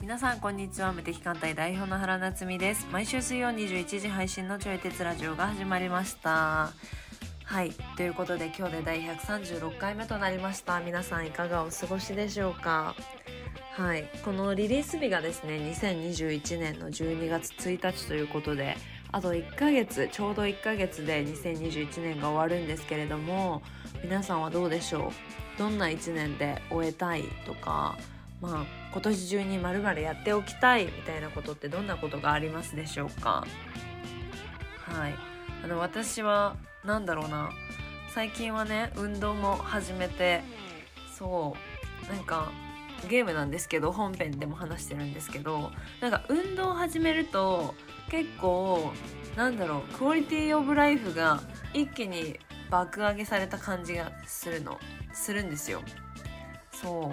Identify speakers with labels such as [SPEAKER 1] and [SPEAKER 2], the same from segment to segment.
[SPEAKER 1] 皆さんこんにちは無敵艦隊代表の原夏実です毎週水曜21時配信のちょい鉄ラジオが始まりましたはいということで今日で第136回目となりました皆さんいかがお過ごしでしょうかはいこのリリース日がですね2021年の12月1日ということであと1ヶ月ちょうど1ヶ月で2021年が終わるんですけれども皆さんはどうでしょうどんな1年で終えたいとかまあ、今年中にまるまるやっておきたいみたいなことってどんなことがありますでしょうかはいあの私はなんだろうな最近はね運動も始めてそうなんかゲームなんですけど本編でも話してるんですけどなんか運動を始めると結構なんだろうクオリティオブライフが一気に爆上げされた感じがするのするんですよそう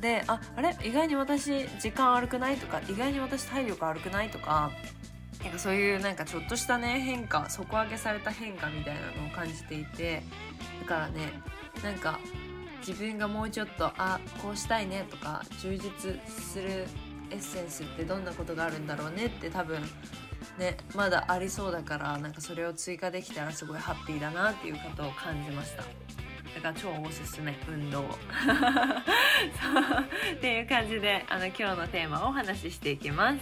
[SPEAKER 1] でああれ意外に私時間悪くないとか意外に私体力悪くないとかなんかそういうなんかちょっとしたね変化底上げされた変化みたいなのを感じていてだからねなんか自分がもうちょっとあこうしたいねとか充実するエッセンスってどんなことがあるんだろうねって多分ねまだありそうだからなんかそれを追加できたらすごいハッピーだなっていうことを感じました。だから超おすすめ運動 そうっていう感じであの今日のテーマをお話ししていきます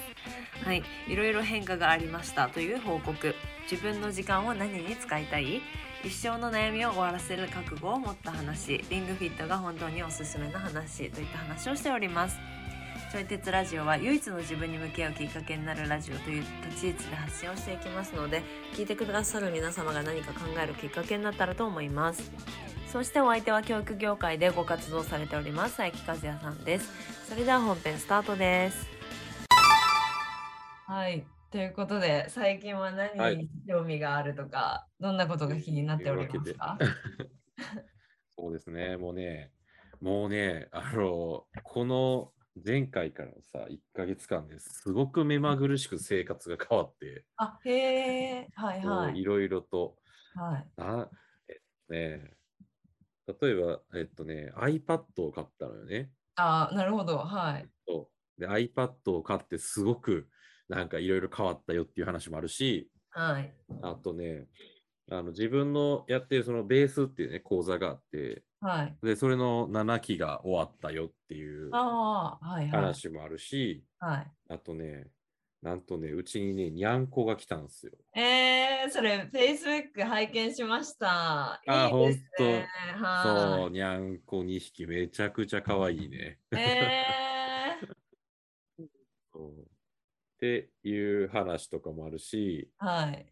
[SPEAKER 1] はいいろいろ変化がありましたという報告自分の時間を何に使いたい一生の悩みを終わらせる覚悟を持った話リングフィットが本当におすすめの話といった話をしておりますちょい鉄ラジオは唯一の自分に向き合うきっかけになるラジオという立ち位置で発信をしていきますので聞いてくださる皆様が何か考えるきっかけになったらと思いますそしてお相手は教育業界でご活動されております佐伯和也さんですそれでは本編スタートですはいということで最近は
[SPEAKER 2] は
[SPEAKER 1] 何
[SPEAKER 2] い
[SPEAKER 1] に興味があるとか、どんなことが気になっております か
[SPEAKER 2] そうですね、もうね、もうね、あの、この前回からのさ、1ヶ月間ですごく目まぐるしく生活が変わって、
[SPEAKER 1] あへえはい
[SPEAKER 2] も
[SPEAKER 1] は
[SPEAKER 2] うい
[SPEAKER 1] い
[SPEAKER 2] ろいろと、
[SPEAKER 1] はい
[SPEAKER 2] なえっとね、例えば、えっとね、iPad を買ったのよね。
[SPEAKER 1] あなるほどはい
[SPEAKER 2] そうで、iPad を買ってすごくなんかいろいろ変わったよっていう話もあるし、
[SPEAKER 1] はい
[SPEAKER 2] あとね、あの自分のやってるそのベースっていうね、講座があって、
[SPEAKER 1] はい
[SPEAKER 2] で、それの7期が終わったよっていう
[SPEAKER 1] ああはいはい
[SPEAKER 2] 話もあるし、
[SPEAKER 1] はい
[SPEAKER 2] あとね、なんとね、うちにね、にゃんこが来たんですよ。
[SPEAKER 1] えー、それ Facebook 拝見しました
[SPEAKER 2] あ
[SPEAKER 1] いいですね
[SPEAKER 2] そ
[SPEAKER 1] は
[SPEAKER 2] う、にゃんこ2匹、めちゃくちゃ可愛いね。
[SPEAKER 1] いえー
[SPEAKER 2] そうっていう話とかもあるし、
[SPEAKER 1] はい。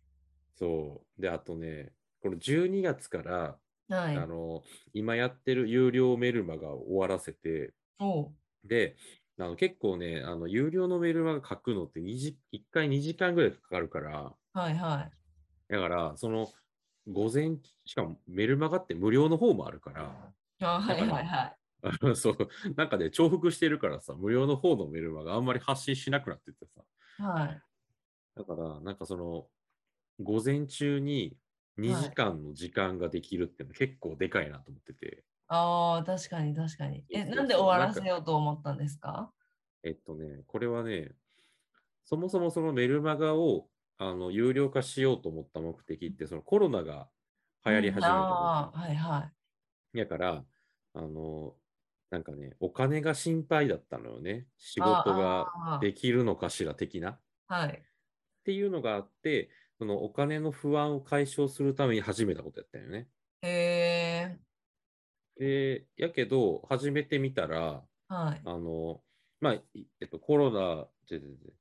[SPEAKER 2] そう。で、あとね、この12月から、
[SPEAKER 1] は
[SPEAKER 2] あ
[SPEAKER 1] い。
[SPEAKER 2] の、今やってる有料メルマが終わらせて、
[SPEAKER 1] おう
[SPEAKER 2] で、あの結構ね、あの有料のメルマが書くのって2時1回2時間ぐらいかかるから、
[SPEAKER 1] はいはい。
[SPEAKER 2] だから、その、午前、しかもメルマガって無料の方もあるから、
[SPEAKER 1] あはいはいはい。
[SPEAKER 2] あの そう、なんかね、重複してるからさ、無料の方のメルマガあんまり発信しなくなっててさ、
[SPEAKER 1] はい。
[SPEAKER 2] だから、なんかその、午前中に2時間の時間ができるってのは結構でかいなと思ってて、
[SPEAKER 1] ああ、確かに確かに。え、
[SPEAKER 2] そうそうそう
[SPEAKER 1] なんで終わらせようと思ったんですか
[SPEAKER 2] えっとね、これはね、そもそもそのメルマガをあの有料化しようと思った目的って、そのコロナが流行り始めた
[SPEAKER 1] あ
[SPEAKER 2] の
[SPEAKER 1] あ、はいはい。
[SPEAKER 2] だから、あの、なんかね、お金が心配だったのよね。仕事が
[SPEAKER 1] あ
[SPEAKER 2] できるのかしら的な。
[SPEAKER 1] あはい。
[SPEAKER 2] っていうのがあって、そのお金の不安を解消するために始めたことやったよね。
[SPEAKER 1] え
[SPEAKER 2] で、やけど、始めてみたら、
[SPEAKER 1] ー、はい。
[SPEAKER 2] あの、まあ、いえっと、コロナ、違う違う違う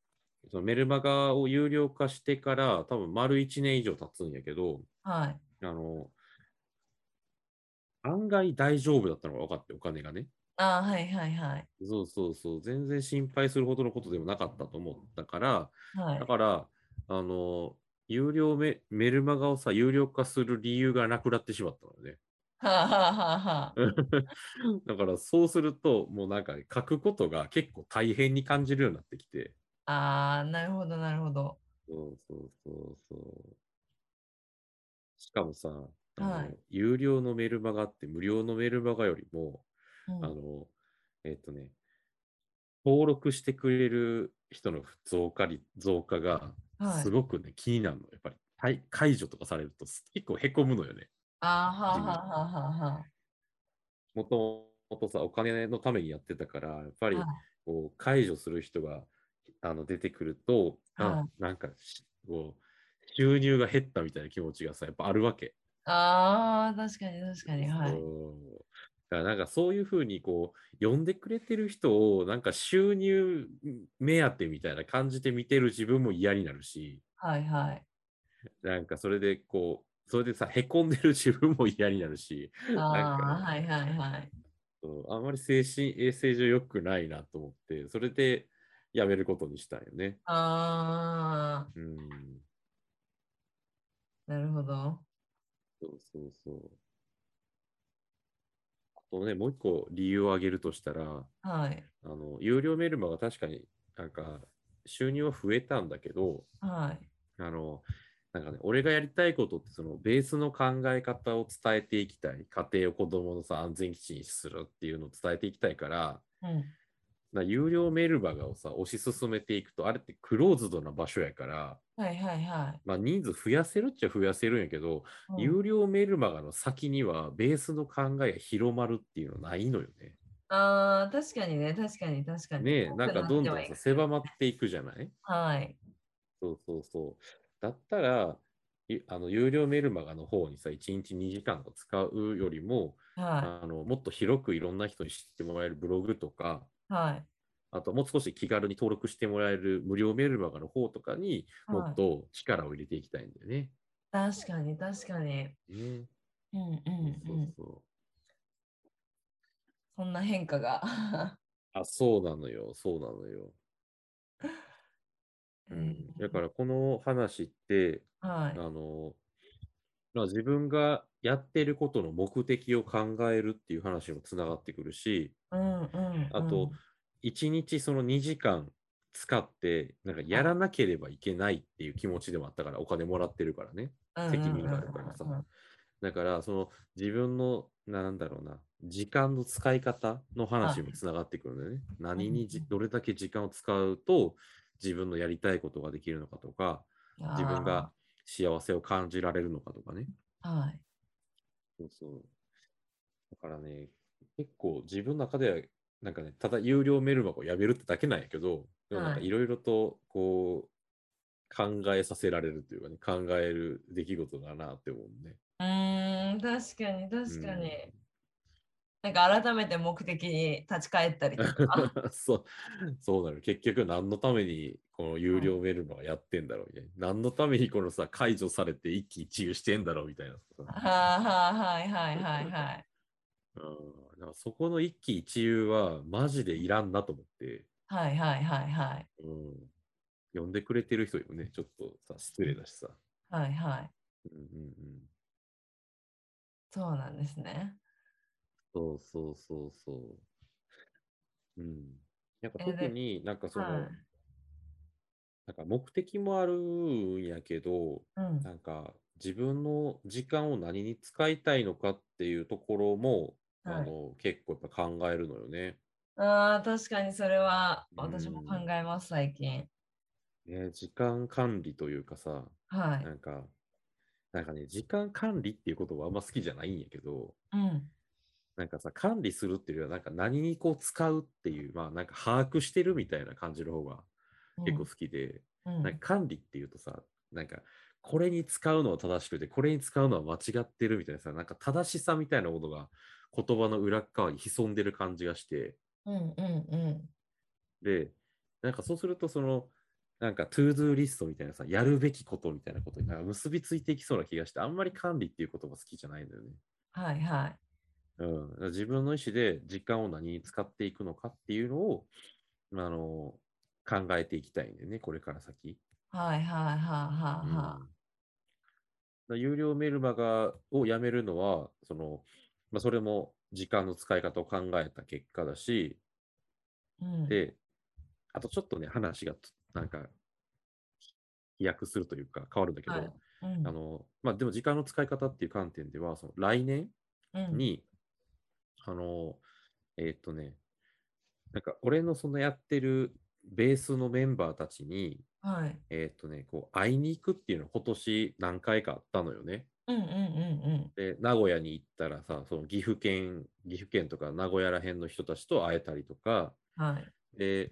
[SPEAKER 2] そのメルマガを有料化してから、多分丸1年以上経つんやけど、
[SPEAKER 1] はい。
[SPEAKER 2] あの、案外大丈夫だったのが分かって、お金がね。
[SPEAKER 1] ああ、はいはいはい。
[SPEAKER 2] そうそうそう、全然心配するほどのことでもなかったと思ったから、
[SPEAKER 1] はい
[SPEAKER 2] だ。から、あの、有料メメルマガをさ、有料化する理由がなくなってしまったのよね。
[SPEAKER 1] はあ、はあはあはあ、
[SPEAKER 2] だから、そうすると、もうなんか書くことが結構大変に感じるようになってきて。
[SPEAKER 1] ああ、なるほどなるほど。
[SPEAKER 2] そうそうそうそう。しかもさ、あの
[SPEAKER 1] はい
[SPEAKER 2] 有料のメルマガって無料のメルマガよりも、
[SPEAKER 1] うん
[SPEAKER 2] あの、えっとね、登録してくれる人の増加率増加が
[SPEAKER 1] はい
[SPEAKER 2] すごくね、気になるの。やっぱり解解除とかされると結構へこむのよね。
[SPEAKER 1] あーはあはあはあはあは
[SPEAKER 2] もともとさ、お金のためにやってたから、やっぱり
[SPEAKER 1] はい
[SPEAKER 2] こう解除する人があの出てくると、
[SPEAKER 1] は
[SPEAKER 2] あなんかしこう収入が減ったみたいな気持ちがさ、やっぱあるわけ。
[SPEAKER 1] あ。あー確かに確かにはい。
[SPEAKER 2] そうだからなんかそういうふうにこう呼んでくれてる人をなんか収入目当てみたいな感じで見てる自分も嫌になるし
[SPEAKER 1] はいはい。
[SPEAKER 2] なんかそれでこうそれでさへこんでる自分も嫌になるしなんか
[SPEAKER 1] ああーはいはいはい。
[SPEAKER 2] そうあんまり精神衛生上良くないなと思ってそれでやめることにしたんよね。
[SPEAKER 1] あ
[SPEAKER 2] うん
[SPEAKER 1] あなるほど。
[SPEAKER 2] そうそうそう。あとねもう一個理由を挙げるとしたら
[SPEAKER 1] はい
[SPEAKER 2] あの、有料メルマが確かになんか収入は増えたんだけど、
[SPEAKER 1] はい
[SPEAKER 2] あの、なんかね、俺がやりたいことってそのベースの考え方を伝えていきたい。家庭を子供のさ、安全基地にするっていうのを伝えていきたいから、
[SPEAKER 1] うん
[SPEAKER 2] な有料メルマガをさ、推し進めていくと、あれってクローズドな場所やから、
[SPEAKER 1] はいはいはい。
[SPEAKER 2] まあ人数増やせるっちゃ増やせるんやけど、
[SPEAKER 1] うん
[SPEAKER 2] 有料メルマガの先にはベースの考えが広まるっていうのないのよね。
[SPEAKER 1] ああ確かにね確かに確かに。
[SPEAKER 2] ねえ、なんかどんど
[SPEAKER 1] 多くなっ
[SPEAKER 2] ん
[SPEAKER 1] て
[SPEAKER 2] さ狭まっていくじゃない
[SPEAKER 1] はいはい
[SPEAKER 2] そうそうそう。だったら、いあの有料メルマガの方にさ、1日2時間とか使うよりも、
[SPEAKER 1] は
[SPEAKER 2] あの、もっと広くいろんな人に知ってもらえるブログとか、
[SPEAKER 1] いはい。
[SPEAKER 2] あともう少し気軽に登録してもらえる無料メルマガの方とかにもっと力を入れていきたいんだよね。
[SPEAKER 1] 確かに確かに。
[SPEAKER 2] ね
[SPEAKER 1] うんうん
[SPEAKER 2] そう
[SPEAKER 1] うん。
[SPEAKER 2] そうそう
[SPEAKER 1] そんな変化が。
[SPEAKER 2] あ、そうなのよ、そうなのよ。うん、だからこの話って、
[SPEAKER 1] は
[SPEAKER 2] あ
[SPEAKER 1] い。
[SPEAKER 2] の、まあ、自分がやってることの目的を考えるっていう話にもつながってくるし、
[SPEAKER 1] うんうん。
[SPEAKER 2] あと、1日その2時間使って、なんかやらなければいけないっていう気持ちでもあったから、お金もらってるからね。
[SPEAKER 1] うん
[SPEAKER 2] 責任があるからさ
[SPEAKER 1] うんうんうん
[SPEAKER 2] だから、その自分の、なんだろうな、時間の使い方の話にもつながってくるんだよね。何にじ
[SPEAKER 1] うんう
[SPEAKER 2] どれだけ時間を使うと、自分のやりたいことができるのかとか、
[SPEAKER 1] うん
[SPEAKER 2] 自分が幸せを感じられるのかとかね。
[SPEAKER 1] あーはい。
[SPEAKER 2] そうそう。だからね、結構自分の中では、なんかね、ただ有料メルマガをやめるってだけなんやけど、でもなんか
[SPEAKER 1] はい
[SPEAKER 2] いろいろとこう、考えさせられるというかね、考える出来事だなって思うね。
[SPEAKER 1] うーん、確かに確かに。
[SPEAKER 2] うん
[SPEAKER 1] なんか改めて目的に立ち返ったりと か。
[SPEAKER 2] そう、そうなの。結局何のためにこの有料メルマガやってんだろうみたいな。何のためにこのさ、解除されて一喜一憂してんだろうみたいなさ。
[SPEAKER 1] はいはいはいはいはい。
[SPEAKER 2] うん、なんかそこの一喜一憂はマジでいらんなと思って。
[SPEAKER 1] はいはいはいはい。
[SPEAKER 2] うん。呼んでくれてる人よね、ちょっとさ、失礼だしさ。
[SPEAKER 1] はいはい。
[SPEAKER 2] うんうんうん。
[SPEAKER 1] そうなんですね。
[SPEAKER 2] そうそうそうそう。うん。なんか
[SPEAKER 1] えで
[SPEAKER 2] 特になんかその、
[SPEAKER 1] はい
[SPEAKER 2] なんか目的もあるんやけど、
[SPEAKER 1] うん。
[SPEAKER 2] なんか自分の時間を何に使いたいのかっていうところも、
[SPEAKER 1] は
[SPEAKER 2] あ
[SPEAKER 1] い、
[SPEAKER 2] の結構やっぱ考えるのよね。
[SPEAKER 1] あー確かにそれは
[SPEAKER 2] うん
[SPEAKER 1] 私も考えます、最近。
[SPEAKER 2] ね、時間管理というかさ、
[SPEAKER 1] はい
[SPEAKER 2] な。んか、なんかね、時間管理っていう言葉あんま好きじゃないんやけど、
[SPEAKER 1] うん。
[SPEAKER 2] なんかさ、管理するっていうよりは、なんか何にこう使うっていう、まあなんか把握してるみたいな感じの方が結構好きで、
[SPEAKER 1] うん、
[SPEAKER 2] なんか管理っていうとさ、なんかこれに使うのは正しくて、これに使うのは間違ってるみたいなさ、なんか正しさみたいなものが言葉の裏っ側に潜んでる感じがして、
[SPEAKER 1] うんうんうん。
[SPEAKER 2] で、なんかそうすると、その、なんか、トゥードゥーリストみたいなさ、やるべきことみたいなことになんか結びついていきそうな気がして、あんまり管理っていう言葉好きじゃないんだよね。
[SPEAKER 1] はいはい。
[SPEAKER 2] うん、だから自分の意思で時間を何に使っていくのかっていうのを、あの、考えていきたいんだよね、これから先。
[SPEAKER 1] はいはいはいは
[SPEAKER 2] う
[SPEAKER 1] い
[SPEAKER 2] ん
[SPEAKER 1] は
[SPEAKER 2] だから有料メルマガをやめるのは、その、まあ、それも時間の使い方を考えた結果だし、
[SPEAKER 1] い。うん、
[SPEAKER 2] で、あとちょっとね、話がつなんか、飛躍するというか変わるんだけど、
[SPEAKER 1] はいうん
[SPEAKER 2] あの、まあ、でも時間の使い方っていう観点では、その来年
[SPEAKER 1] うん
[SPEAKER 2] に、あの、えーっとね、なんか俺のそのやってるベースのメンバーたちに、
[SPEAKER 1] はい。
[SPEAKER 2] えーっとね、こう会いに行くっていうの今年何回かあったのよね。
[SPEAKER 1] うんうんうん
[SPEAKER 2] で、名古屋に行ったらさ、その岐阜県、岐阜県とか名古屋ら辺の人たちと会えたりとか、
[SPEAKER 1] うん。はい。
[SPEAKER 2] で、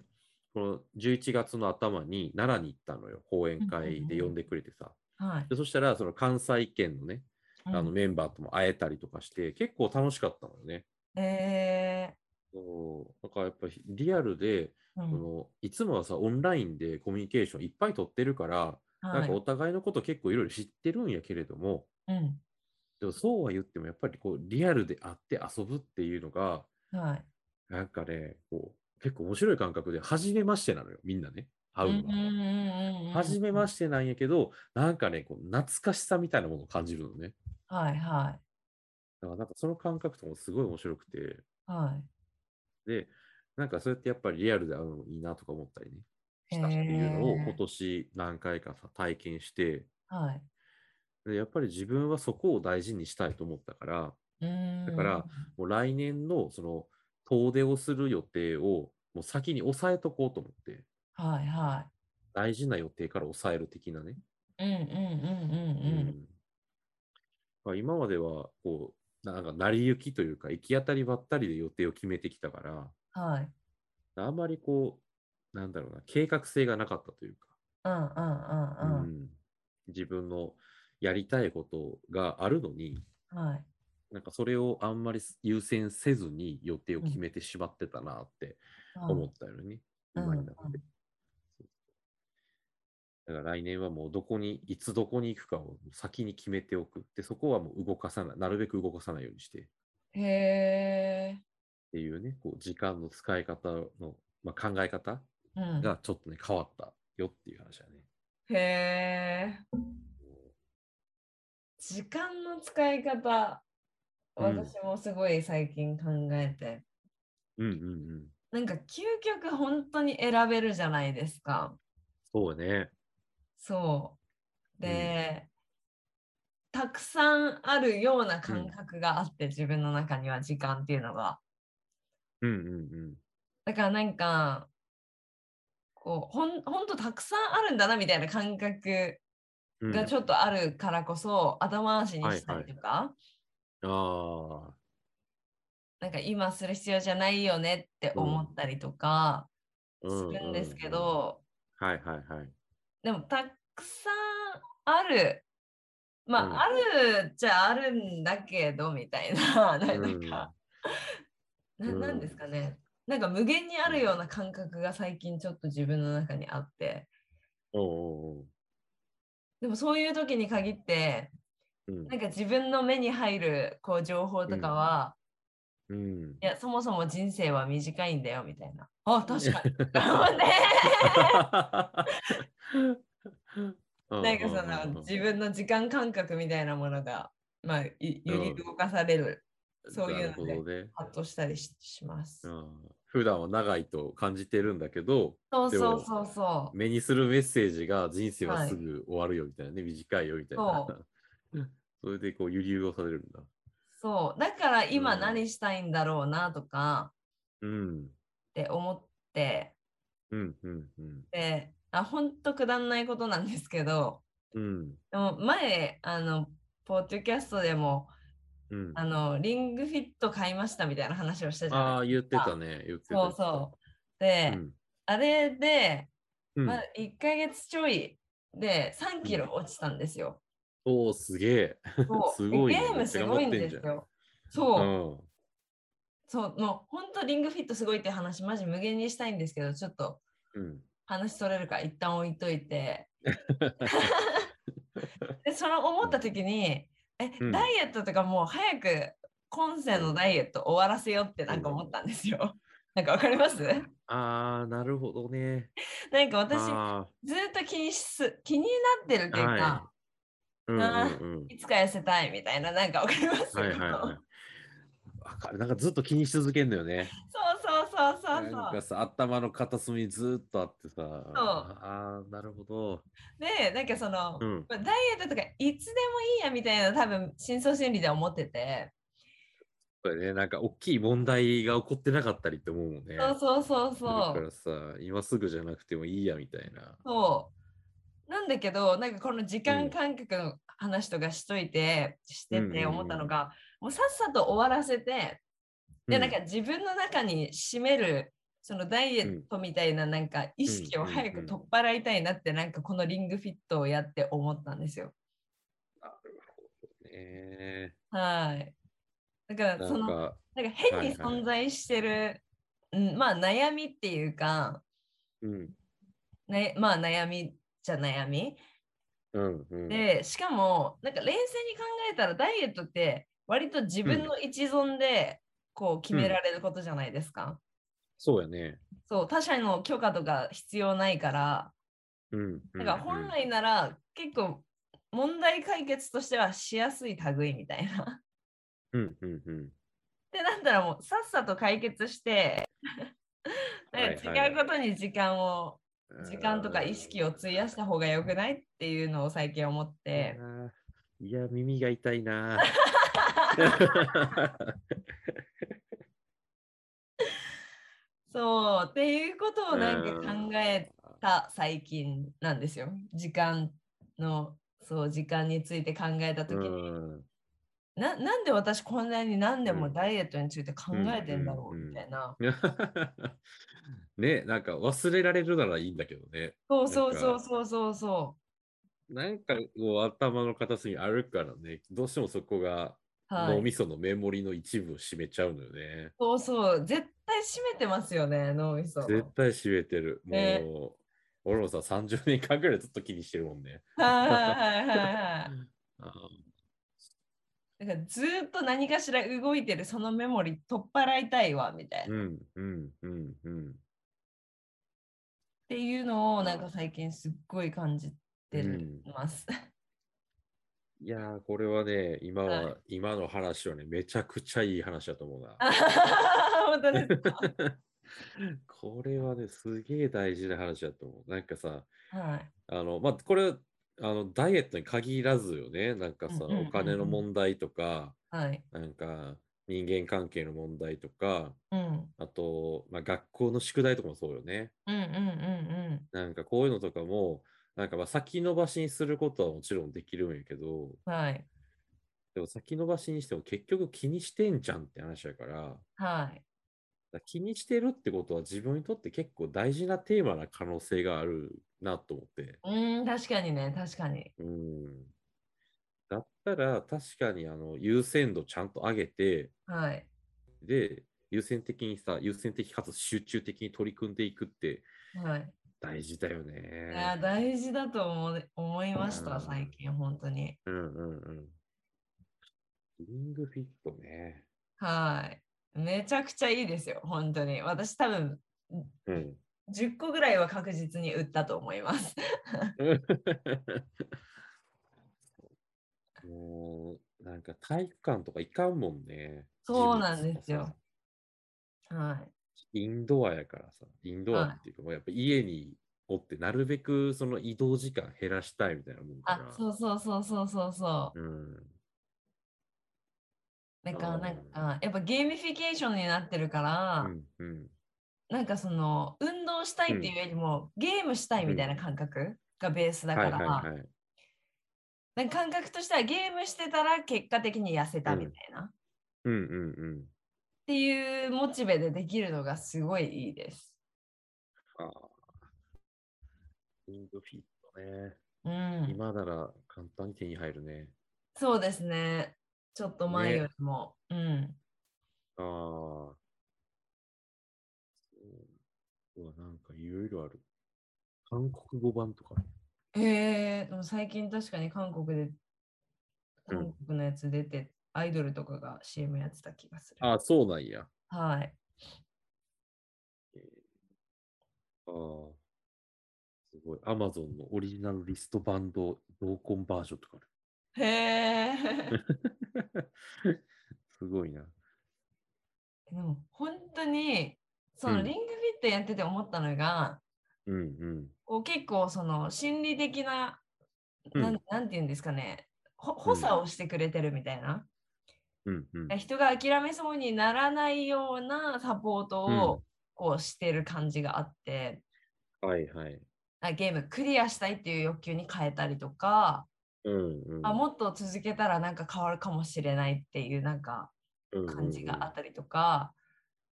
[SPEAKER 2] この11月の頭に奈良に行ったのよ、講演会で呼んでくれてさ。
[SPEAKER 1] はい。
[SPEAKER 2] でそしたら、その関西圏のね、あの
[SPEAKER 1] うん、
[SPEAKER 2] メンバーとも会えたりとかして、結構楽しかったのよね。
[SPEAKER 1] え
[SPEAKER 2] そうだからやっぱりリアルで、
[SPEAKER 1] ー、う
[SPEAKER 2] そ
[SPEAKER 1] ん。
[SPEAKER 2] のいつもはさ、オンラインでコミュニケーションいっぱい取ってるから、なんかお互いのこと結構いろいろ知ってるんやけれども、
[SPEAKER 1] はい。うん
[SPEAKER 2] でもそうは言ってもやっぱりこうリアルで会って遊ぶっていうのが、
[SPEAKER 1] はい。
[SPEAKER 2] なんかね、こう結構面白い感覚で、初めましてなのよ、みんなね、会うのが。
[SPEAKER 1] は
[SPEAKER 2] 初めま
[SPEAKER 1] し
[SPEAKER 2] してなんやけど、なんかね、こう懐かしさみたいなものを感じるのね。
[SPEAKER 1] て。はいは
[SPEAKER 2] だからなんかその感覚とかもすごい面白くて、
[SPEAKER 1] い。はい。
[SPEAKER 2] で、なんかそうやってやっぱりリアルで会うのもいいなとか思ったりね、したっていうのを
[SPEAKER 1] へー
[SPEAKER 2] 今年何回かさ体験して、
[SPEAKER 1] はい。
[SPEAKER 2] でやっぱり自分はそこを大事にしたいと思ったから、
[SPEAKER 1] うーん
[SPEAKER 2] だから、もう来年のその遠出をする予定をもう先に抑えとこうと思って、
[SPEAKER 1] はいは
[SPEAKER 2] 大事な予定から抑える的なね。
[SPEAKER 1] い。うんうんうんう
[SPEAKER 2] う
[SPEAKER 1] んうん。
[SPEAKER 2] んまあ、今まではこう、なんか成り行きというか、行き当たりばったりで予定を決めてきたから、
[SPEAKER 1] はい。
[SPEAKER 2] あんまりこう、なんだろうな、計画性がなかったというか、
[SPEAKER 1] うんうんうんうん。
[SPEAKER 2] うん自分のやりたいことがあるのに、
[SPEAKER 1] はい。
[SPEAKER 2] なんかそれをあんまり優先せずに予定を決めてしまってたなって
[SPEAKER 1] うん
[SPEAKER 2] 思ったよね、
[SPEAKER 1] うん
[SPEAKER 2] 今になって。だから来年はもうどこに、いつどこに行くかを先に決めておく。で、そこはもう動かさない、なるべく動かさないようにしてっ
[SPEAKER 1] へえ。
[SPEAKER 2] ていうね、こう時間の使い方の、まあ、考え方
[SPEAKER 1] うん
[SPEAKER 2] がちょっとね、変わったよっていう話だね。
[SPEAKER 1] へえ。時間の使い方、
[SPEAKER 2] うん
[SPEAKER 1] 私もすごい最近考えて。
[SPEAKER 2] うんうんうん。
[SPEAKER 1] なんか究極本当に選べるじゃないですか。
[SPEAKER 2] そうね。
[SPEAKER 1] そう。で、たくさんあるような感覚があって、自分の中には時間っていうのが。
[SPEAKER 2] うんうん
[SPEAKER 1] だからなんか、こうほんほんとたくさんあるんだなみたいな感覚
[SPEAKER 2] うん。
[SPEAKER 1] がち
[SPEAKER 2] ょっ
[SPEAKER 1] ょっとあるからこそ、頭回しにしたりとか、
[SPEAKER 2] と。ああ。
[SPEAKER 1] なんか今する必要じゃないよねって思ったりとかす
[SPEAKER 2] う
[SPEAKER 1] るんですけど、
[SPEAKER 2] はいはいはい。
[SPEAKER 1] でもたくさんあるまあ、
[SPEAKER 2] うん
[SPEAKER 1] あるっちゃあるんだけどみたいな なんか、
[SPEAKER 2] う
[SPEAKER 1] なんなんですかねなんか無限にあるような感覚が最近ちょっと自分の中にあって
[SPEAKER 2] うん、おうおう
[SPEAKER 1] でもそういう時に限って
[SPEAKER 2] おううん
[SPEAKER 1] なんか自分の目に入るこう情報とかは、
[SPEAKER 2] うん。
[SPEAKER 1] いやそもそも人生は短いんだよみたいなあ確 かに思ってなんかその自分の時間感覚みたいなものが、まあ、い揺り動かされる、そういうの
[SPEAKER 2] なる
[SPEAKER 1] で
[SPEAKER 2] ほどね。
[SPEAKER 1] ハッとしたりしします
[SPEAKER 2] う。ん普段は長いと感じてるんだけど、
[SPEAKER 1] そう
[SPEAKER 2] で
[SPEAKER 1] そう
[SPEAKER 2] も
[SPEAKER 1] そうそう。
[SPEAKER 2] 目にするメッセージが人生
[SPEAKER 1] は
[SPEAKER 2] はいすぐ終わるよみたいなね、短いよみたいな
[SPEAKER 1] そ。
[SPEAKER 2] それでこう揺り動かされるんだ。
[SPEAKER 1] そうだから今
[SPEAKER 2] うん
[SPEAKER 1] 何したいんだろうなとか
[SPEAKER 2] うん。
[SPEAKER 1] って思って、
[SPEAKER 2] うんうんうん。
[SPEAKER 1] であ本当くだんないことなんですけど、
[SPEAKER 2] うん
[SPEAKER 1] でも前、あの、ポッドキャストでも、
[SPEAKER 2] うん。
[SPEAKER 1] あの、リングフィット買いましたみたいな話をしたじゃ
[SPEAKER 2] あ
[SPEAKER 1] な
[SPEAKER 2] あ、
[SPEAKER 1] い
[SPEAKER 2] 言ってたね。言ってた。
[SPEAKER 1] そうそう。で、
[SPEAKER 2] うん
[SPEAKER 1] あれで、
[SPEAKER 2] うん
[SPEAKER 1] まあ、1ヶ月ちょいで3キロ落ちたんですよ。
[SPEAKER 2] おお、すげえ。
[SPEAKER 1] そう
[SPEAKER 2] すごい
[SPEAKER 1] ゲ
[SPEAKER 2] ね
[SPEAKER 1] ームすごいんです
[SPEAKER 2] めっちゃ頑
[SPEAKER 1] よ。そうう、
[SPEAKER 2] ん。
[SPEAKER 1] そう、もう本当リングフィットすごいって話、マジ無限にしたいんですけど、ちょっと
[SPEAKER 2] うん。
[SPEAKER 1] 話それるから一旦置いといて。で、その思った時に、え、
[SPEAKER 2] うん
[SPEAKER 1] ダイエットとかもう早く今世のダイエット終わらせようってなんか思ったんですよ。 なんかわかり ます
[SPEAKER 2] ああ、なるほどね。
[SPEAKER 1] なんか私
[SPEAKER 2] あ
[SPEAKER 1] ずっと気にす気になってるって
[SPEAKER 2] ー
[SPEAKER 1] いうか、
[SPEAKER 2] はい。うんうんうん。
[SPEAKER 1] い、つか痩せたいみたいななんかわかります
[SPEAKER 2] はい はいはい。わかる。なんかずっと気にし続けんのよね。
[SPEAKER 1] そうそうそうそう
[SPEAKER 2] なん
[SPEAKER 1] そう
[SPEAKER 2] か。さ、頭の片隅にずっとあってさ。ああ、なるほど。
[SPEAKER 1] でなんかその、
[SPEAKER 2] うん。
[SPEAKER 1] まあダイエットとかいつでもいいやみたいな多分深層心理では思ってて
[SPEAKER 2] そうやね、なんか大きい問題が起こってなかったりって思うもんね。
[SPEAKER 1] そうそうそうそ
[SPEAKER 2] だか
[SPEAKER 1] う
[SPEAKER 2] らさ、今すぐじゃなくてもいいやみたいな。
[SPEAKER 1] そうなんだけどなんかこの時
[SPEAKER 2] う
[SPEAKER 1] 間
[SPEAKER 2] ん
[SPEAKER 1] 感覚の話とかしといて、して
[SPEAKER 2] うんうん
[SPEAKER 1] て
[SPEAKER 2] うん
[SPEAKER 1] 思ったのが、もうさっさと終わらせてで、
[SPEAKER 2] う
[SPEAKER 1] なんか自分の中に占めるそのダイエットみたいななんか意識を
[SPEAKER 2] うんうん
[SPEAKER 1] 早く
[SPEAKER 2] うん
[SPEAKER 1] 取っ払いたいなってなんかこのリングフィットをやって思ったんですよ。
[SPEAKER 2] ね
[SPEAKER 1] はい。だから
[SPEAKER 2] な
[SPEAKER 1] そ
[SPEAKER 2] ん
[SPEAKER 1] の
[SPEAKER 2] か、
[SPEAKER 1] なんか変
[SPEAKER 2] は
[SPEAKER 1] に
[SPEAKER 2] いはい
[SPEAKER 1] 存在してる、うん、まあ悩みっていうか、
[SPEAKER 2] うん、
[SPEAKER 1] ね、まあ悩みじゃ悩み
[SPEAKER 2] うん、うん。
[SPEAKER 1] でしかもなんか冷静に考えたらダイエットって割と自分の一存でこう決められることじゃないですか、
[SPEAKER 2] そうやね。
[SPEAKER 1] そう他者の許可とか必要ないから
[SPEAKER 2] うん。う
[SPEAKER 1] なんか本来なら結構問題解決としてはしやすい類みたいな。
[SPEAKER 2] うん、うん、うん。
[SPEAKER 1] でなんだらもうさっさと解決して
[SPEAKER 2] は
[SPEAKER 1] な
[SPEAKER 2] い
[SPEAKER 1] んか違うことに時間を、時間とか意識を費やした方が良くないっていうのを最近思って
[SPEAKER 2] い、やーいや、耳が痛いな。
[SPEAKER 1] そうっていうことをなんか考え
[SPEAKER 2] うん
[SPEAKER 1] た最近なんですよ時間のそう時間について考えた 時に、
[SPEAKER 2] うん
[SPEAKER 1] ななんで私こんなに何年
[SPEAKER 2] う
[SPEAKER 1] も
[SPEAKER 2] ん
[SPEAKER 1] ダイエットについて考えてんだろう
[SPEAKER 2] うんうんうん
[SPEAKER 1] みたいな、
[SPEAKER 2] ね、なんか忘れられるならいいんだけどね。
[SPEAKER 1] そうそうそうそうそうそ
[SPEAKER 2] なんかこう頭の片隅にあるからね、どうしてもそこが
[SPEAKER 1] うは
[SPEAKER 2] 脳
[SPEAKER 1] い
[SPEAKER 2] みそのメモリの一部を占めちゃうのよね。
[SPEAKER 1] そうそう絶対締めてますよね脳みそ
[SPEAKER 2] 絶対占めてる。もう、
[SPEAKER 1] ね
[SPEAKER 2] 俺もさ、30年間ぐらいずっと気にしてるもんね。
[SPEAKER 1] はいはいはいはいは
[SPEAKER 2] あ
[SPEAKER 1] いだからずーっと何かしら動いてるそのメモリ取っ払いたいわみたいな、
[SPEAKER 2] う
[SPEAKER 1] っ
[SPEAKER 2] ん、うん、うん、うん。
[SPEAKER 1] ていうのをなんか最近すっごい感じてる
[SPEAKER 2] う
[SPEAKER 1] ます、
[SPEAKER 2] いやー、これはね、今は、
[SPEAKER 1] は
[SPEAKER 2] 今の話はね、めちゃくちゃいい話だと思うな。
[SPEAKER 1] 本当です か
[SPEAKER 2] これはね、すげえ大事な話だと思う。なんかさ、
[SPEAKER 1] はい
[SPEAKER 2] あの、まあ、これ、あの、ダイエットに限らずよね、なんかさ、
[SPEAKER 1] うんうんうんうん
[SPEAKER 2] お金の問題とか、
[SPEAKER 1] はい
[SPEAKER 2] なんか、人間関係の問題とか、
[SPEAKER 1] うん
[SPEAKER 2] あと、まあ、学校の宿題とかもそうよね。
[SPEAKER 1] うんうんうん
[SPEAKER 2] なんかこういうのとかも、なんかまあ先延ばしにすることはもちろんできるんやけど、
[SPEAKER 1] うんはい
[SPEAKER 2] でも先延ばしにしても結局気にしてんじゃんって話だから、だか
[SPEAKER 1] はい
[SPEAKER 2] ら気にしてるってことは自分にとって結構大事なテーマな可能性があるなと思って。
[SPEAKER 1] うーん確かにね確かに
[SPEAKER 2] うん。だったら確かにあの優先度ちゃんと上げて、
[SPEAKER 1] はい
[SPEAKER 2] で、優先的にさ、優先的かつ集中的に取り組んでいくって
[SPEAKER 1] はい
[SPEAKER 2] 大事だよ
[SPEAKER 1] い
[SPEAKER 2] ね。
[SPEAKER 1] や大事だと思う思いまし
[SPEAKER 2] う
[SPEAKER 1] た
[SPEAKER 2] ん
[SPEAKER 1] 最近本当に
[SPEAKER 2] うんうんうん。リングフィットね。
[SPEAKER 1] はいめちゃくちゃいいですよ本当に私多分
[SPEAKER 2] うん。
[SPEAKER 1] 10個ぐらいは確実に売ったと思います。
[SPEAKER 2] もう、なんか体育館とか行かんもんね。
[SPEAKER 1] そうなんですよ
[SPEAKER 2] ジムとかさ。
[SPEAKER 1] はい。
[SPEAKER 2] インドアやからさ、インドアっていうか、もうやっぱ家におって、なるべくその移動時間減らしたいみたいなもんか
[SPEAKER 1] あ
[SPEAKER 2] ら。、
[SPEAKER 1] そうそうそうそうそうそう。
[SPEAKER 2] うん。
[SPEAKER 1] なんか、
[SPEAKER 2] うん
[SPEAKER 1] なんか、やっぱゲーミフィケーションになってるから、
[SPEAKER 2] うんうん。
[SPEAKER 1] なんかその、運動したいっていうよりも、ゲームしたいみたいな感覚がベースだから、
[SPEAKER 2] はいはいはい。
[SPEAKER 1] なんか感覚としてはゲームしてたら結果的に痩せたみたいな、っ
[SPEAKER 2] うんうんうん。
[SPEAKER 1] ていうモチベでできるのがすごいいいです。
[SPEAKER 2] あーリングフィットね。
[SPEAKER 1] うん。
[SPEAKER 2] 今なら簡単に手に入るね。
[SPEAKER 1] そうですね。ちょっと前よりも。うん。
[SPEAKER 2] ああ。そううわ、なんかいろいろある。韓国語版とかある。
[SPEAKER 1] へえでも最近確かに韓国で、
[SPEAKER 2] うん
[SPEAKER 1] 韓国のやつ出て、アイドルとかが CM やってた気がする。
[SPEAKER 2] ああ、そうなんや。
[SPEAKER 1] はい。
[SPEAKER 2] ああ。すごい。アマゾンのオリジナルリストバンド、同梱バージョンとか
[SPEAKER 1] へえ。
[SPEAKER 2] あ る。すごいな。
[SPEAKER 1] でも本当に、その
[SPEAKER 2] うん
[SPEAKER 1] リングフィットやってて思ったのが、
[SPEAKER 2] うんうん。
[SPEAKER 1] こう結構その心理的な、
[SPEAKER 2] うん
[SPEAKER 1] なんなんて言うんですかね、ほ補佐をしてくれてるみたいな。
[SPEAKER 2] うんうん。
[SPEAKER 1] 人が諦めそうにならないようなサポート
[SPEAKER 2] う
[SPEAKER 1] をこうしてる感じがあって、
[SPEAKER 2] はいはい。
[SPEAKER 1] あゲームクリアしたいっていう欲求に変えたりとか、
[SPEAKER 2] うんうん。
[SPEAKER 1] あもっと続けたらなんか変わるかもしれないっていうなんか
[SPEAKER 2] うんうんうん
[SPEAKER 1] 感じがあったりとか、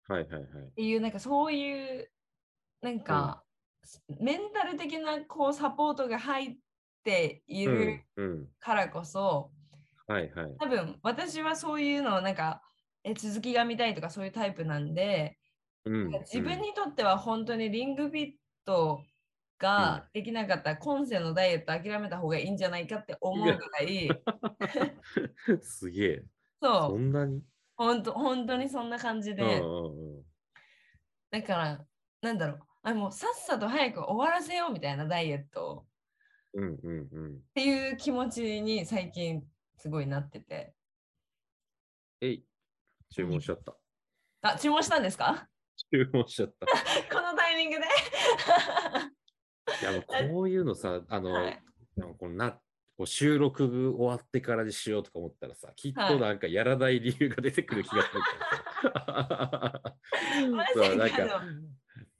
[SPEAKER 2] はいはいはい。
[SPEAKER 1] っていうなんかそういうなんか、メンタル的なこうサポートが入っている
[SPEAKER 2] うんうん。
[SPEAKER 1] からこそ、
[SPEAKER 2] はいはい。
[SPEAKER 1] 多分私はそういうのをなんかえ続きが見たいとかそういうタイプなんで、
[SPEAKER 2] うん
[SPEAKER 1] 自分にとっては本当にリングフィットができなかったら、今世のダイエット諦めた方がいいんじゃないかって思うぐら い
[SPEAKER 2] うん、すげえ。そ
[SPEAKER 1] そう、
[SPEAKER 2] んなに
[SPEAKER 1] 本当本当にそんな感じで、
[SPEAKER 2] うんうん
[SPEAKER 1] だから、なんだろう、あもうさっさと早く終わらせようみたいなダイエットをっ
[SPEAKER 2] うんうんうん。
[SPEAKER 1] ていう気持ちに最近すごいなってて。
[SPEAKER 2] えい、注文しちゃ った。
[SPEAKER 1] あ、注文したんですか
[SPEAKER 2] 注文しちゃった。
[SPEAKER 1] このタイミングで
[SPEAKER 2] いやもうこういうのさ、あの、
[SPEAKER 1] はい
[SPEAKER 2] なんかこのなこう収録終わってからにしようとか思ったらさ、きっと
[SPEAKER 1] はい
[SPEAKER 2] なんかやらない理由が出てくる気がす るからさ
[SPEAKER 1] まさか
[SPEAKER 2] そうなんか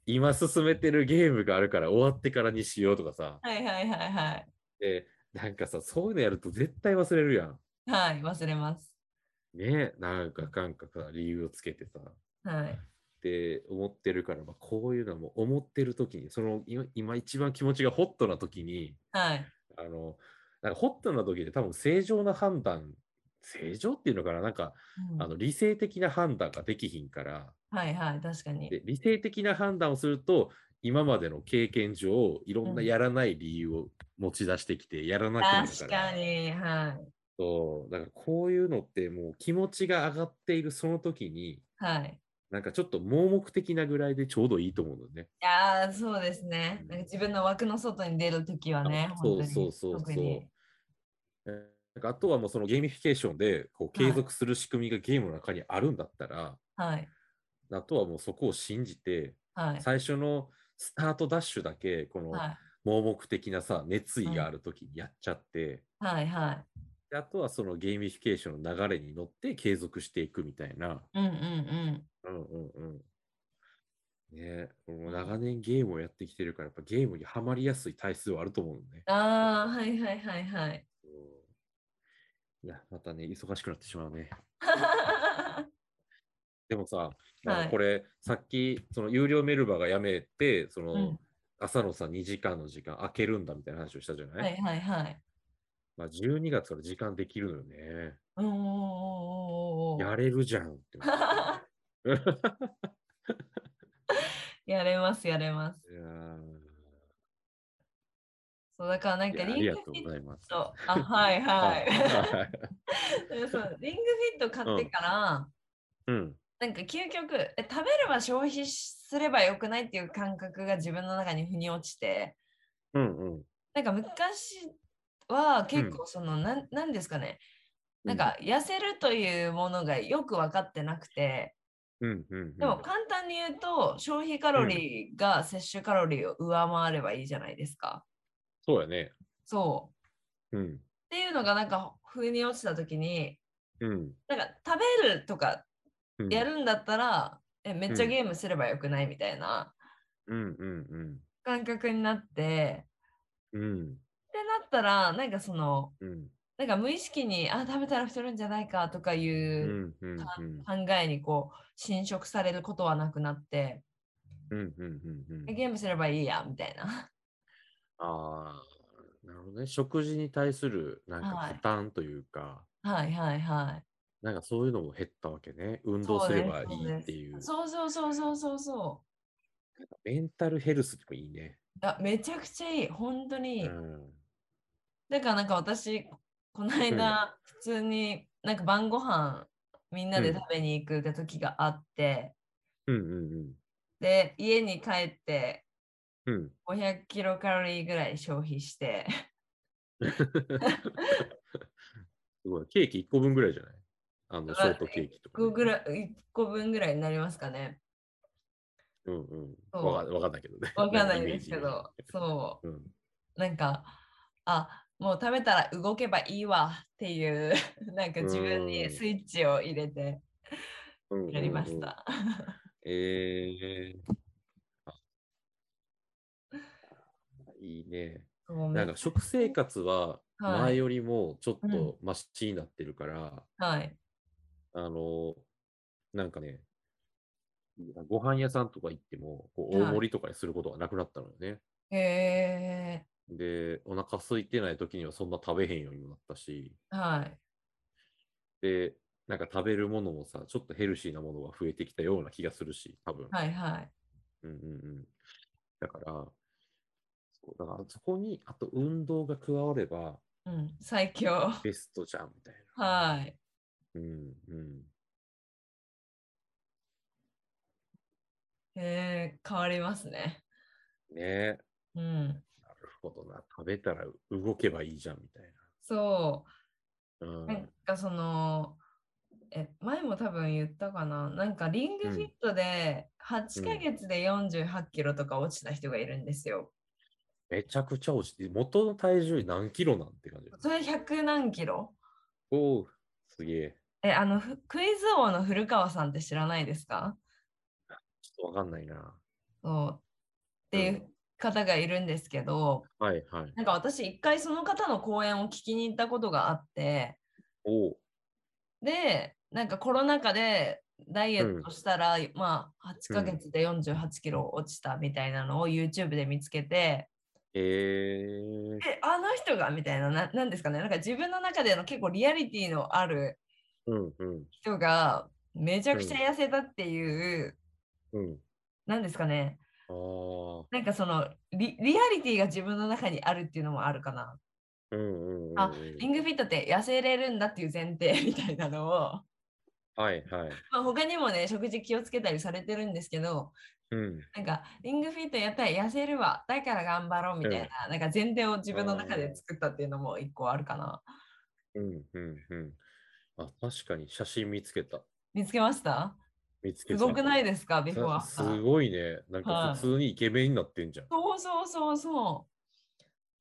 [SPEAKER 2] 今進めてるゲームがあるから終わってからにしようとかさ、
[SPEAKER 1] はいはいはいはい。
[SPEAKER 2] でなんかさ、そういうのやると絶対忘れるやん。
[SPEAKER 1] はい、忘れます。
[SPEAKER 2] ねなんか感覚さ、理由をつけてさ。
[SPEAKER 1] はい。
[SPEAKER 2] って思ってるから、まあ、こういうのはもう思ってる時にその今今一番気持ちがホットな時に
[SPEAKER 1] はい。
[SPEAKER 2] あのなんかホットな時で多分正常な判断正常っていうのかななんか
[SPEAKER 1] うん
[SPEAKER 2] あの理性的な判断ができひんから
[SPEAKER 1] はいはい、確かに。
[SPEAKER 2] で理性的な判断をすると今までの経験上いろん
[SPEAKER 1] う
[SPEAKER 2] なんやらない理由を持ち出してきてやらなくなるか
[SPEAKER 1] 確
[SPEAKER 2] ら
[SPEAKER 1] かに、はい。
[SPEAKER 2] そうだからこういうのってもう気持ちが上がっているその時に
[SPEAKER 1] はい。
[SPEAKER 2] なんかちょっと盲目的なぐらいでちょうどいいと思うのね。
[SPEAKER 1] いやーそうですね。なんか自分の枠の外に出るときはね、本
[SPEAKER 2] そ
[SPEAKER 1] 当
[SPEAKER 2] う
[SPEAKER 1] に
[SPEAKER 2] そうそう
[SPEAKER 1] 特
[SPEAKER 2] そう。
[SPEAKER 1] に
[SPEAKER 2] えーなんかあとはもうそのゲーミフィケーションでこう継続する仕組みがゲームの中にあるんだったら、
[SPEAKER 1] はい。
[SPEAKER 2] あとはもうそこを信じて、
[SPEAKER 1] はい。
[SPEAKER 2] 最初のスタートダッシュだけこの
[SPEAKER 1] はい。
[SPEAKER 2] 盲目的なさ熱意がある時にやっちゃって、
[SPEAKER 1] はい。は
[SPEAKER 2] であとはそのゲーミフィケーションの流れに乗って継続していくみたいな。
[SPEAKER 1] い。うんうんうん。
[SPEAKER 2] うんうんうんね、俺も長年ゲームをやってきてるからやっぱゲームにはまりやすい体質はあると思うのね。
[SPEAKER 1] ああ、はいはいはいはい。
[SPEAKER 2] いや、またね、忙しくなってしまうね。でもさ、あの
[SPEAKER 1] はい
[SPEAKER 2] これ、さっき、その有料メルバがやめて、その、
[SPEAKER 1] うん
[SPEAKER 2] 朝のさ、2時間の時間、空けるんだみたいな話をしたじゃな い、
[SPEAKER 1] はいはいはい。
[SPEAKER 2] まあ、12月から時間できるのよね。
[SPEAKER 1] おーおーおーおー
[SPEAKER 2] やれるじゃんって思って。
[SPEAKER 1] やれますやれます。
[SPEAKER 2] いやー
[SPEAKER 1] そうだからなん
[SPEAKER 2] い
[SPEAKER 1] か
[SPEAKER 2] やあ
[SPEAKER 1] リ
[SPEAKER 2] り
[SPEAKER 1] ン
[SPEAKER 2] が
[SPEAKER 1] グ
[SPEAKER 2] と
[SPEAKER 1] フ
[SPEAKER 2] う
[SPEAKER 1] ィッ
[SPEAKER 2] ございます。
[SPEAKER 1] ト。あ、 はいは
[SPEAKER 2] はい。
[SPEAKER 1] い。 そうリングフィット買ってから、
[SPEAKER 2] うん。
[SPEAKER 1] なんか究極え食べれば消費すればよくないっていう感覚が自分の中に腑に落ちて
[SPEAKER 2] うんうん。
[SPEAKER 1] なんか昔は結構その、なん、なんですかねなんか痩せるというものがよく分かってなくて
[SPEAKER 2] うん、うんうんうん。
[SPEAKER 1] でも簡単に言うと消費カロリーが摂取カロリーを上回ればいいじゃないですか。
[SPEAKER 2] そうやね。
[SPEAKER 1] そう
[SPEAKER 2] うん。
[SPEAKER 1] っていうのがなんか腑に落ちた時に
[SPEAKER 2] うん。
[SPEAKER 1] なんか食べるとか
[SPEAKER 2] うん
[SPEAKER 1] やるんだったら、えめっちゃ
[SPEAKER 2] うん
[SPEAKER 1] ゲームすればよくないみたいな
[SPEAKER 2] うんうん
[SPEAKER 1] 感覚になって。
[SPEAKER 2] うん。うん。
[SPEAKER 1] ってなったらなんかその
[SPEAKER 2] うん。
[SPEAKER 1] なんか無意識にあ食べたら太るんじゃないかとかいううん
[SPEAKER 2] うんうん。
[SPEAKER 1] 考えにこう侵食されることはなくなって
[SPEAKER 2] うんうんうんうん。
[SPEAKER 1] ゲームすればいいやみたいな
[SPEAKER 2] ああ、なるほどね。食事に対するなん
[SPEAKER 1] は
[SPEAKER 2] か
[SPEAKER 1] い
[SPEAKER 2] 負担というか、
[SPEAKER 1] はいはいは
[SPEAKER 2] なんかそういうのも減ったわけね。運動すればい
[SPEAKER 1] そうです
[SPEAKER 2] いっていう。
[SPEAKER 1] いそうそうそうそうそうそ
[SPEAKER 2] メンタルヘルスってもいいね。
[SPEAKER 1] うあめちゃくちゃいい本当に、
[SPEAKER 2] うん。
[SPEAKER 1] だからなんか私この間、普通になんか晩ご飯みんな
[SPEAKER 2] う
[SPEAKER 1] で
[SPEAKER 2] ん
[SPEAKER 1] 食べに行くって時があって、
[SPEAKER 2] うんうん
[SPEAKER 1] で家に帰って
[SPEAKER 2] うん。うん。
[SPEAKER 1] 500キロカロリーぐらい消費して
[SPEAKER 2] すごい。ケーキ1個分ぐらいじゃないあの、ショートケーキと
[SPEAKER 1] 1個
[SPEAKER 2] か
[SPEAKER 1] ぐ
[SPEAKER 2] ね。
[SPEAKER 1] らい、1個分ぐらいになりますかね。
[SPEAKER 2] うんうん。
[SPEAKER 1] そう
[SPEAKER 2] わかわかんないけどね。
[SPEAKER 1] わかんないですけ
[SPEAKER 2] なんか
[SPEAKER 1] ど、そ
[SPEAKER 2] イメージね。
[SPEAKER 1] う、なんか、あ、もう食べたら動けばいいわっていう なんか自分にスイッチを入れて
[SPEAKER 2] うんうんうん
[SPEAKER 1] やりまし。た。
[SPEAKER 2] えーあいいね。
[SPEAKER 1] もうめ
[SPEAKER 2] なんか食生活は
[SPEAKER 1] はい
[SPEAKER 2] 前よりもちょっ
[SPEAKER 1] うん
[SPEAKER 2] とマシになってるから、
[SPEAKER 1] はい
[SPEAKER 2] あの、なんかね、ご飯屋さんとか行っても、こう
[SPEAKER 1] は
[SPEAKER 2] 大
[SPEAKER 1] い
[SPEAKER 2] 盛りとかにすることがなくなったのよね。
[SPEAKER 1] へ
[SPEAKER 2] で、お腹空いてない時にはそんな食べへんようにもなったし、
[SPEAKER 1] ーはい
[SPEAKER 2] で、なんか食べるものもさ、ちょっとヘルシーなものが増えてきたような気がするし、多分。
[SPEAKER 1] はいはい
[SPEAKER 2] うんうんうん。だから、そうだからそこに、あと運動が加われば
[SPEAKER 1] うん最強
[SPEAKER 2] ベストじゃんみたいな。
[SPEAKER 1] はい
[SPEAKER 2] うんうん。
[SPEAKER 1] えー変わりますね。
[SPEAKER 2] ねえ、
[SPEAKER 1] うん
[SPEAKER 2] なるほどな。食べたら動けばいいじゃんみたい
[SPEAKER 1] そう
[SPEAKER 2] な。うん。
[SPEAKER 1] なんかそのえ前も多分言ったかななんかリングフィットで8ヶ月で48キロとか落ちた人がいるんですよ。
[SPEAKER 2] めちゃくちゃ落ちて、元の体重何キロなんて感じ。
[SPEAKER 1] それ100何キロ
[SPEAKER 2] おう、すげえ。
[SPEAKER 1] えあのふクイズ王の古川さんって知らないですか
[SPEAKER 2] ちょっとわかんないな。
[SPEAKER 1] そうっていう方がいるんですけど
[SPEAKER 2] はいはい。
[SPEAKER 1] なんか私一回その方の講演を聞きに行ったことがあって
[SPEAKER 2] おう、
[SPEAKER 1] でなんかコロナ禍でダイエットしたら、まあ8ヶ月で48キロ落ちたみたいなのを YouTube で見つけて、
[SPEAKER 2] えー。
[SPEAKER 1] えあの人がみたいなななんですかねなんか自分の中での結構リアリティのある
[SPEAKER 2] うんうん
[SPEAKER 1] 人がめちゃくちゃ痩せたっていう、
[SPEAKER 2] うん。
[SPEAKER 1] なんですかね
[SPEAKER 2] ああ。
[SPEAKER 1] なんかそのリリアリティが自分の中にあるっていうのもあるかな。
[SPEAKER 2] うんうんうんうん。
[SPEAKER 1] あリングフィットって痩せれるんだっていう前提みたいなのを、
[SPEAKER 2] はいはい。
[SPEAKER 1] まあ、他にもね食事気をつけたりされてるんですけど
[SPEAKER 2] うん。
[SPEAKER 1] なんかリングフィットやったら痩せるわだから頑張ろうみたいな,、なんか前提を自分の中で作ったっていうのも一個あるかな。
[SPEAKER 2] うんうんうん。あ、確かに写真見つけた。
[SPEAKER 1] 見つけました
[SPEAKER 2] 見つけ
[SPEAKER 1] す
[SPEAKER 2] た。
[SPEAKER 1] ごくない
[SPEAKER 2] で
[SPEAKER 1] ですかビフォーアフタ
[SPEAKER 2] す
[SPEAKER 1] ー。
[SPEAKER 2] ごいね。なん
[SPEAKER 1] は
[SPEAKER 2] か
[SPEAKER 1] い
[SPEAKER 2] 普通にイケメンになってんじゃん。
[SPEAKER 1] そうそうそうそ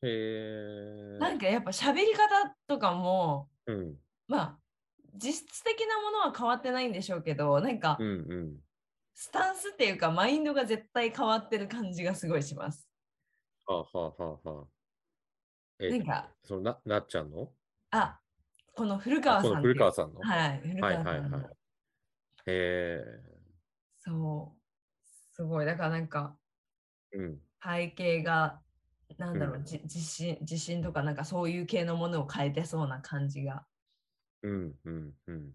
[SPEAKER 2] へ
[SPEAKER 1] う。
[SPEAKER 2] え。
[SPEAKER 1] なんかやっぱ喋り方とかも
[SPEAKER 2] うん
[SPEAKER 1] まあ実質的なものは変わってないんでしょうけどなんか
[SPEAKER 2] うんうん。
[SPEAKER 1] スタンスっていうかマインドが絶対変わってる感じがすごいします。
[SPEAKER 2] はあはあはあはあ。え
[SPEAKER 1] なんか
[SPEAKER 2] そのな、なっちゃんの
[SPEAKER 1] あこの古
[SPEAKER 2] あ
[SPEAKER 1] 川
[SPEAKER 2] こ
[SPEAKER 1] さん
[SPEAKER 2] の
[SPEAKER 1] ってい
[SPEAKER 2] 古
[SPEAKER 1] う
[SPEAKER 2] 川さんの。
[SPEAKER 1] はい、古
[SPEAKER 2] はい
[SPEAKER 1] 川
[SPEAKER 2] は
[SPEAKER 1] さ
[SPEAKER 2] い
[SPEAKER 1] んの
[SPEAKER 2] はい。え
[SPEAKER 1] そう。すごい。だからなんか
[SPEAKER 2] ー、うん。
[SPEAKER 1] 体型が、なんだろう、
[SPEAKER 2] うん
[SPEAKER 1] じ自信、自信とかなんかそういう系のものを変えてそうな感じが
[SPEAKER 2] うんうんうん。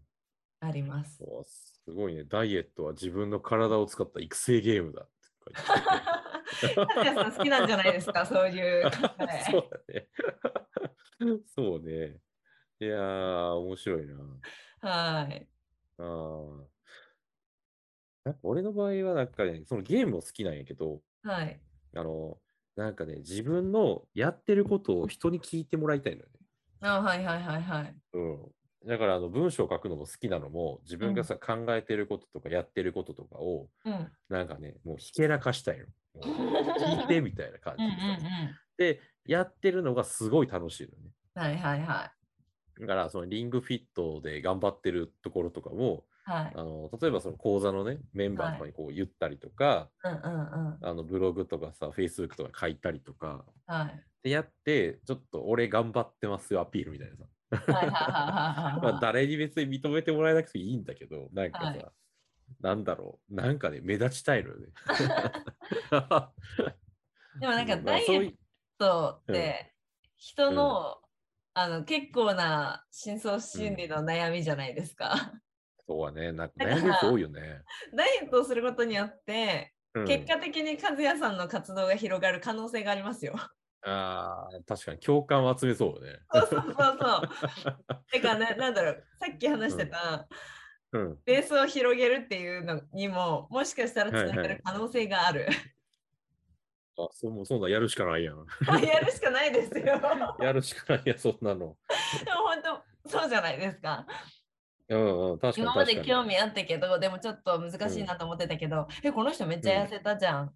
[SPEAKER 1] あります。
[SPEAKER 2] うわすごいね。ダイエットは自分の体を使った育成ゲームだって書いてあ
[SPEAKER 1] カズヤさん好きなんじゃないですか、そういう考
[SPEAKER 2] る。
[SPEAKER 1] え。
[SPEAKER 2] そうだね。 そうね。いやー、面白いな。
[SPEAKER 1] はい。
[SPEAKER 2] あーなんか俺の場合は、なんかね、そのゲームも好きなんやけど、
[SPEAKER 1] はい。
[SPEAKER 2] あの、なんかね、自分のやってることを人に聞いてもらいたいのよね。
[SPEAKER 1] あはいはいはいはい。
[SPEAKER 2] うん、だからあの文章を書くのも好きなのも自分がさ、考えてることとかやってることとかを
[SPEAKER 1] うん。
[SPEAKER 2] なんかねもうひけらかしたいの。もう聞いてみたいな感
[SPEAKER 1] うん
[SPEAKER 2] じ
[SPEAKER 1] うんう
[SPEAKER 2] でさ、
[SPEAKER 1] ん。
[SPEAKER 2] でやってるのがすごい楽しいのね。
[SPEAKER 1] はいはいはい。
[SPEAKER 2] だからそのリングフィットで頑張ってるところとかも
[SPEAKER 1] はい。
[SPEAKER 2] あの例えばその講座のねメンバーとかにこう言ったりとか、
[SPEAKER 1] うんうんうん。
[SPEAKER 2] あのブログとかさ Facebook とか書いたりとか
[SPEAKER 1] はい。
[SPEAKER 2] でやってちょっと俺頑張ってますよアピールみたいなさ
[SPEAKER 1] はいはいはいはい
[SPEAKER 2] ま
[SPEAKER 1] はい
[SPEAKER 2] あ、誰に別に認めてもらえなくていいんだけど、なんかさ、
[SPEAKER 1] はい
[SPEAKER 2] なんだろう、なんかね、目立ちたい のよね。
[SPEAKER 1] でもなんか
[SPEAKER 2] う
[SPEAKER 1] ダイエット
[SPEAKER 2] そうい
[SPEAKER 1] 人って人
[SPEAKER 2] うん
[SPEAKER 1] の,、あの結構な深層心理の悩みじゃないですか。
[SPEAKER 2] そうはね、なんか
[SPEAKER 1] だから
[SPEAKER 2] 悩んでる人多いよね。
[SPEAKER 1] ダイエットをすることによって、
[SPEAKER 2] うん
[SPEAKER 1] 結果的に和也さんの活動が広がる可能性があります よ。
[SPEAKER 2] あー確かに共感を集めそうよね。
[SPEAKER 1] そうそうそうそう。てかななんだろうさっき話してた、
[SPEAKER 2] うん、
[SPEAKER 1] ベースを広げるっていうのにももしかしたらつながる可能性がある。
[SPEAKER 2] あそうもうそんなんやるしかないやん。
[SPEAKER 1] やるしかないですよ。でも
[SPEAKER 2] やるしかないやん、そんなの。
[SPEAKER 1] 本当そうじゃないですか。
[SPEAKER 2] うんうん、確かに確かに。
[SPEAKER 1] 今まで興味あったけどでもちょっと難しいなと思ってたけど、えこの人めっちゃ痩せたじゃん、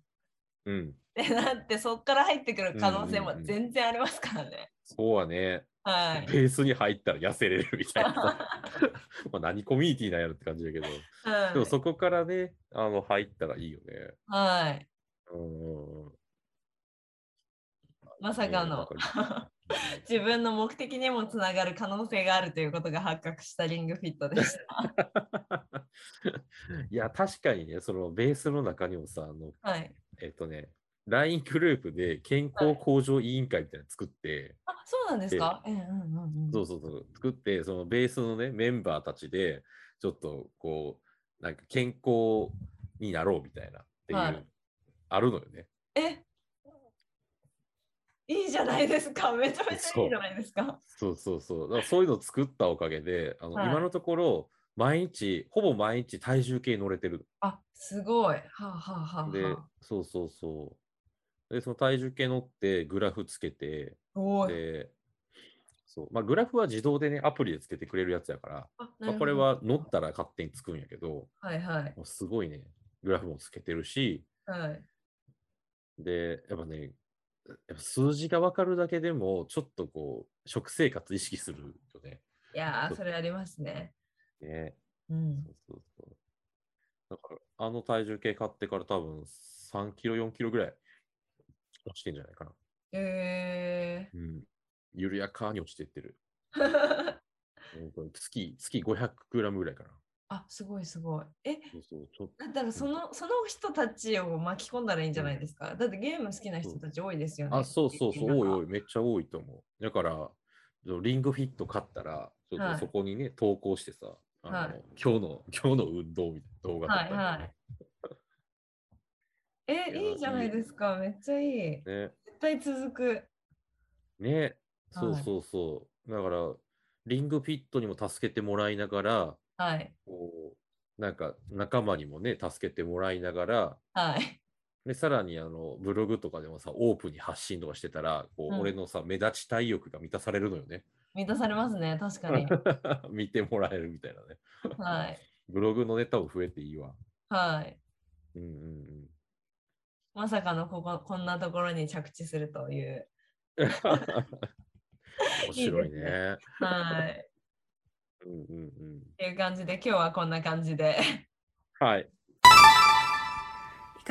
[SPEAKER 2] うん、
[SPEAKER 1] ってなってそっから入ってくる可能性も
[SPEAKER 2] うんうんうん
[SPEAKER 1] 全然ありますからね。
[SPEAKER 2] そうはね、
[SPEAKER 3] はい。
[SPEAKER 2] ベースに入ったら痩せれるみた いな。 まあ何コミュニティなんやろって感じだけど。
[SPEAKER 3] はい
[SPEAKER 2] でもそこからね、あの、入ったらいいよね。
[SPEAKER 3] はい。
[SPEAKER 2] うんうんうん。
[SPEAKER 3] まさか
[SPEAKER 2] ね
[SPEAKER 3] の。
[SPEAKER 2] だから
[SPEAKER 3] 自分の目的にもつながる可能性があるということが発覚したリングフィットで した。
[SPEAKER 2] いや、確かにね、そのベースの中にもさ、あの、
[SPEAKER 3] はい。
[SPEAKER 2] えっとね、LINE グループで健康向上委員会みたいなの作って、
[SPEAKER 3] あ、そうなんですか。うんうんうんうん。
[SPEAKER 2] そうそうそう、作って、そのベースのね、メンバーたちで、ちょっとこう、なんか健康になろうみたいなっていう、
[SPEAKER 3] はい
[SPEAKER 2] あるのよね。
[SPEAKER 3] え。いいじゃないですか。めちゃめちゃいいじゃないですか。
[SPEAKER 2] そうそうそう。だからそういうのを作ったおかげで、あの
[SPEAKER 3] はい
[SPEAKER 2] 今のところ、毎日、ほぼ毎日体重計乗れてる。
[SPEAKER 3] あ、すごい。はあ、はあはあ
[SPEAKER 2] で
[SPEAKER 3] はあ、
[SPEAKER 2] そうそうそう。で、その体重計乗って、グラフつけて、
[SPEAKER 3] すごい。
[SPEAKER 2] で、そう。まあ、グラフは自動でね、アプリでつけてくれるやつやから、
[SPEAKER 3] あな
[SPEAKER 2] まあ、
[SPEAKER 3] るほ
[SPEAKER 2] これ
[SPEAKER 3] ど
[SPEAKER 2] は乗ったら勝手につくんやけど、
[SPEAKER 3] はいはい
[SPEAKER 2] もうすごいね、グラフもつけてるし、
[SPEAKER 3] はい。
[SPEAKER 2] で、やっぱね、やっぱ数字が分かるだけでも、ちょっとこう、食生活意識するよね。
[SPEAKER 3] いやー、それありますね。
[SPEAKER 2] ね
[SPEAKER 3] うん
[SPEAKER 2] そ。うそうそう。だから、あの体重計買ってから多分3キロ、4キロぐらい落ちてんじゃないかな。
[SPEAKER 3] え
[SPEAKER 2] うん。緩やかに落ちてってる。
[SPEAKER 3] ー。
[SPEAKER 2] 本当に月、月500グラムぐらいかな。
[SPEAKER 3] あ、すごいすごい。え、
[SPEAKER 2] そうそう、ちょっ
[SPEAKER 3] だったらそのその人たちを巻き込んだらいいんじゃないですか。だってゲーム好きな人たち多いですよね。
[SPEAKER 2] あ、そうそうそう、
[SPEAKER 3] なん
[SPEAKER 2] 多
[SPEAKER 3] か
[SPEAKER 2] い多い、めっちゃ多いと思う。だから、そのリングフィット買ったら、ちょっ
[SPEAKER 3] は
[SPEAKER 2] と
[SPEAKER 3] い
[SPEAKER 2] そこにね、投稿してさ、あの
[SPEAKER 3] はい
[SPEAKER 2] 今日の、 今日の運動みたいな動画撮ったりとか
[SPEAKER 3] はいは
[SPEAKER 2] ね
[SPEAKER 3] え、
[SPEAKER 2] いや
[SPEAKER 3] いいじゃないですか。めっちゃいい。絶
[SPEAKER 2] ね。
[SPEAKER 3] 対続く。
[SPEAKER 2] ね、そう
[SPEAKER 3] はい
[SPEAKER 2] そうそう。だから、リングフィットにも助けてもらいながら、
[SPEAKER 3] はい。
[SPEAKER 2] こう、なんか仲間にもね、助けてもらいながら、
[SPEAKER 3] はい。
[SPEAKER 2] で、さらにあの、ブログとかでもさ、オープンに発信とかしてたら、こう、
[SPEAKER 3] うん
[SPEAKER 2] 俺のさ、目立ちたい欲が満たされるのよね。
[SPEAKER 3] 満たされますね。確かに。
[SPEAKER 2] 見てもらえるみたいなね。
[SPEAKER 3] はい。
[SPEAKER 2] ブログのネタも増えていいわ。
[SPEAKER 3] はい。
[SPEAKER 2] うんうん
[SPEAKER 3] まさかのこここんなところに着地するという。
[SPEAKER 2] うん。 面白い
[SPEAKER 3] いいです
[SPEAKER 2] ね。
[SPEAKER 3] はい。
[SPEAKER 2] うんうんうん。
[SPEAKER 3] っていう感じで今日はこんな感じで。
[SPEAKER 2] はい。
[SPEAKER 1] い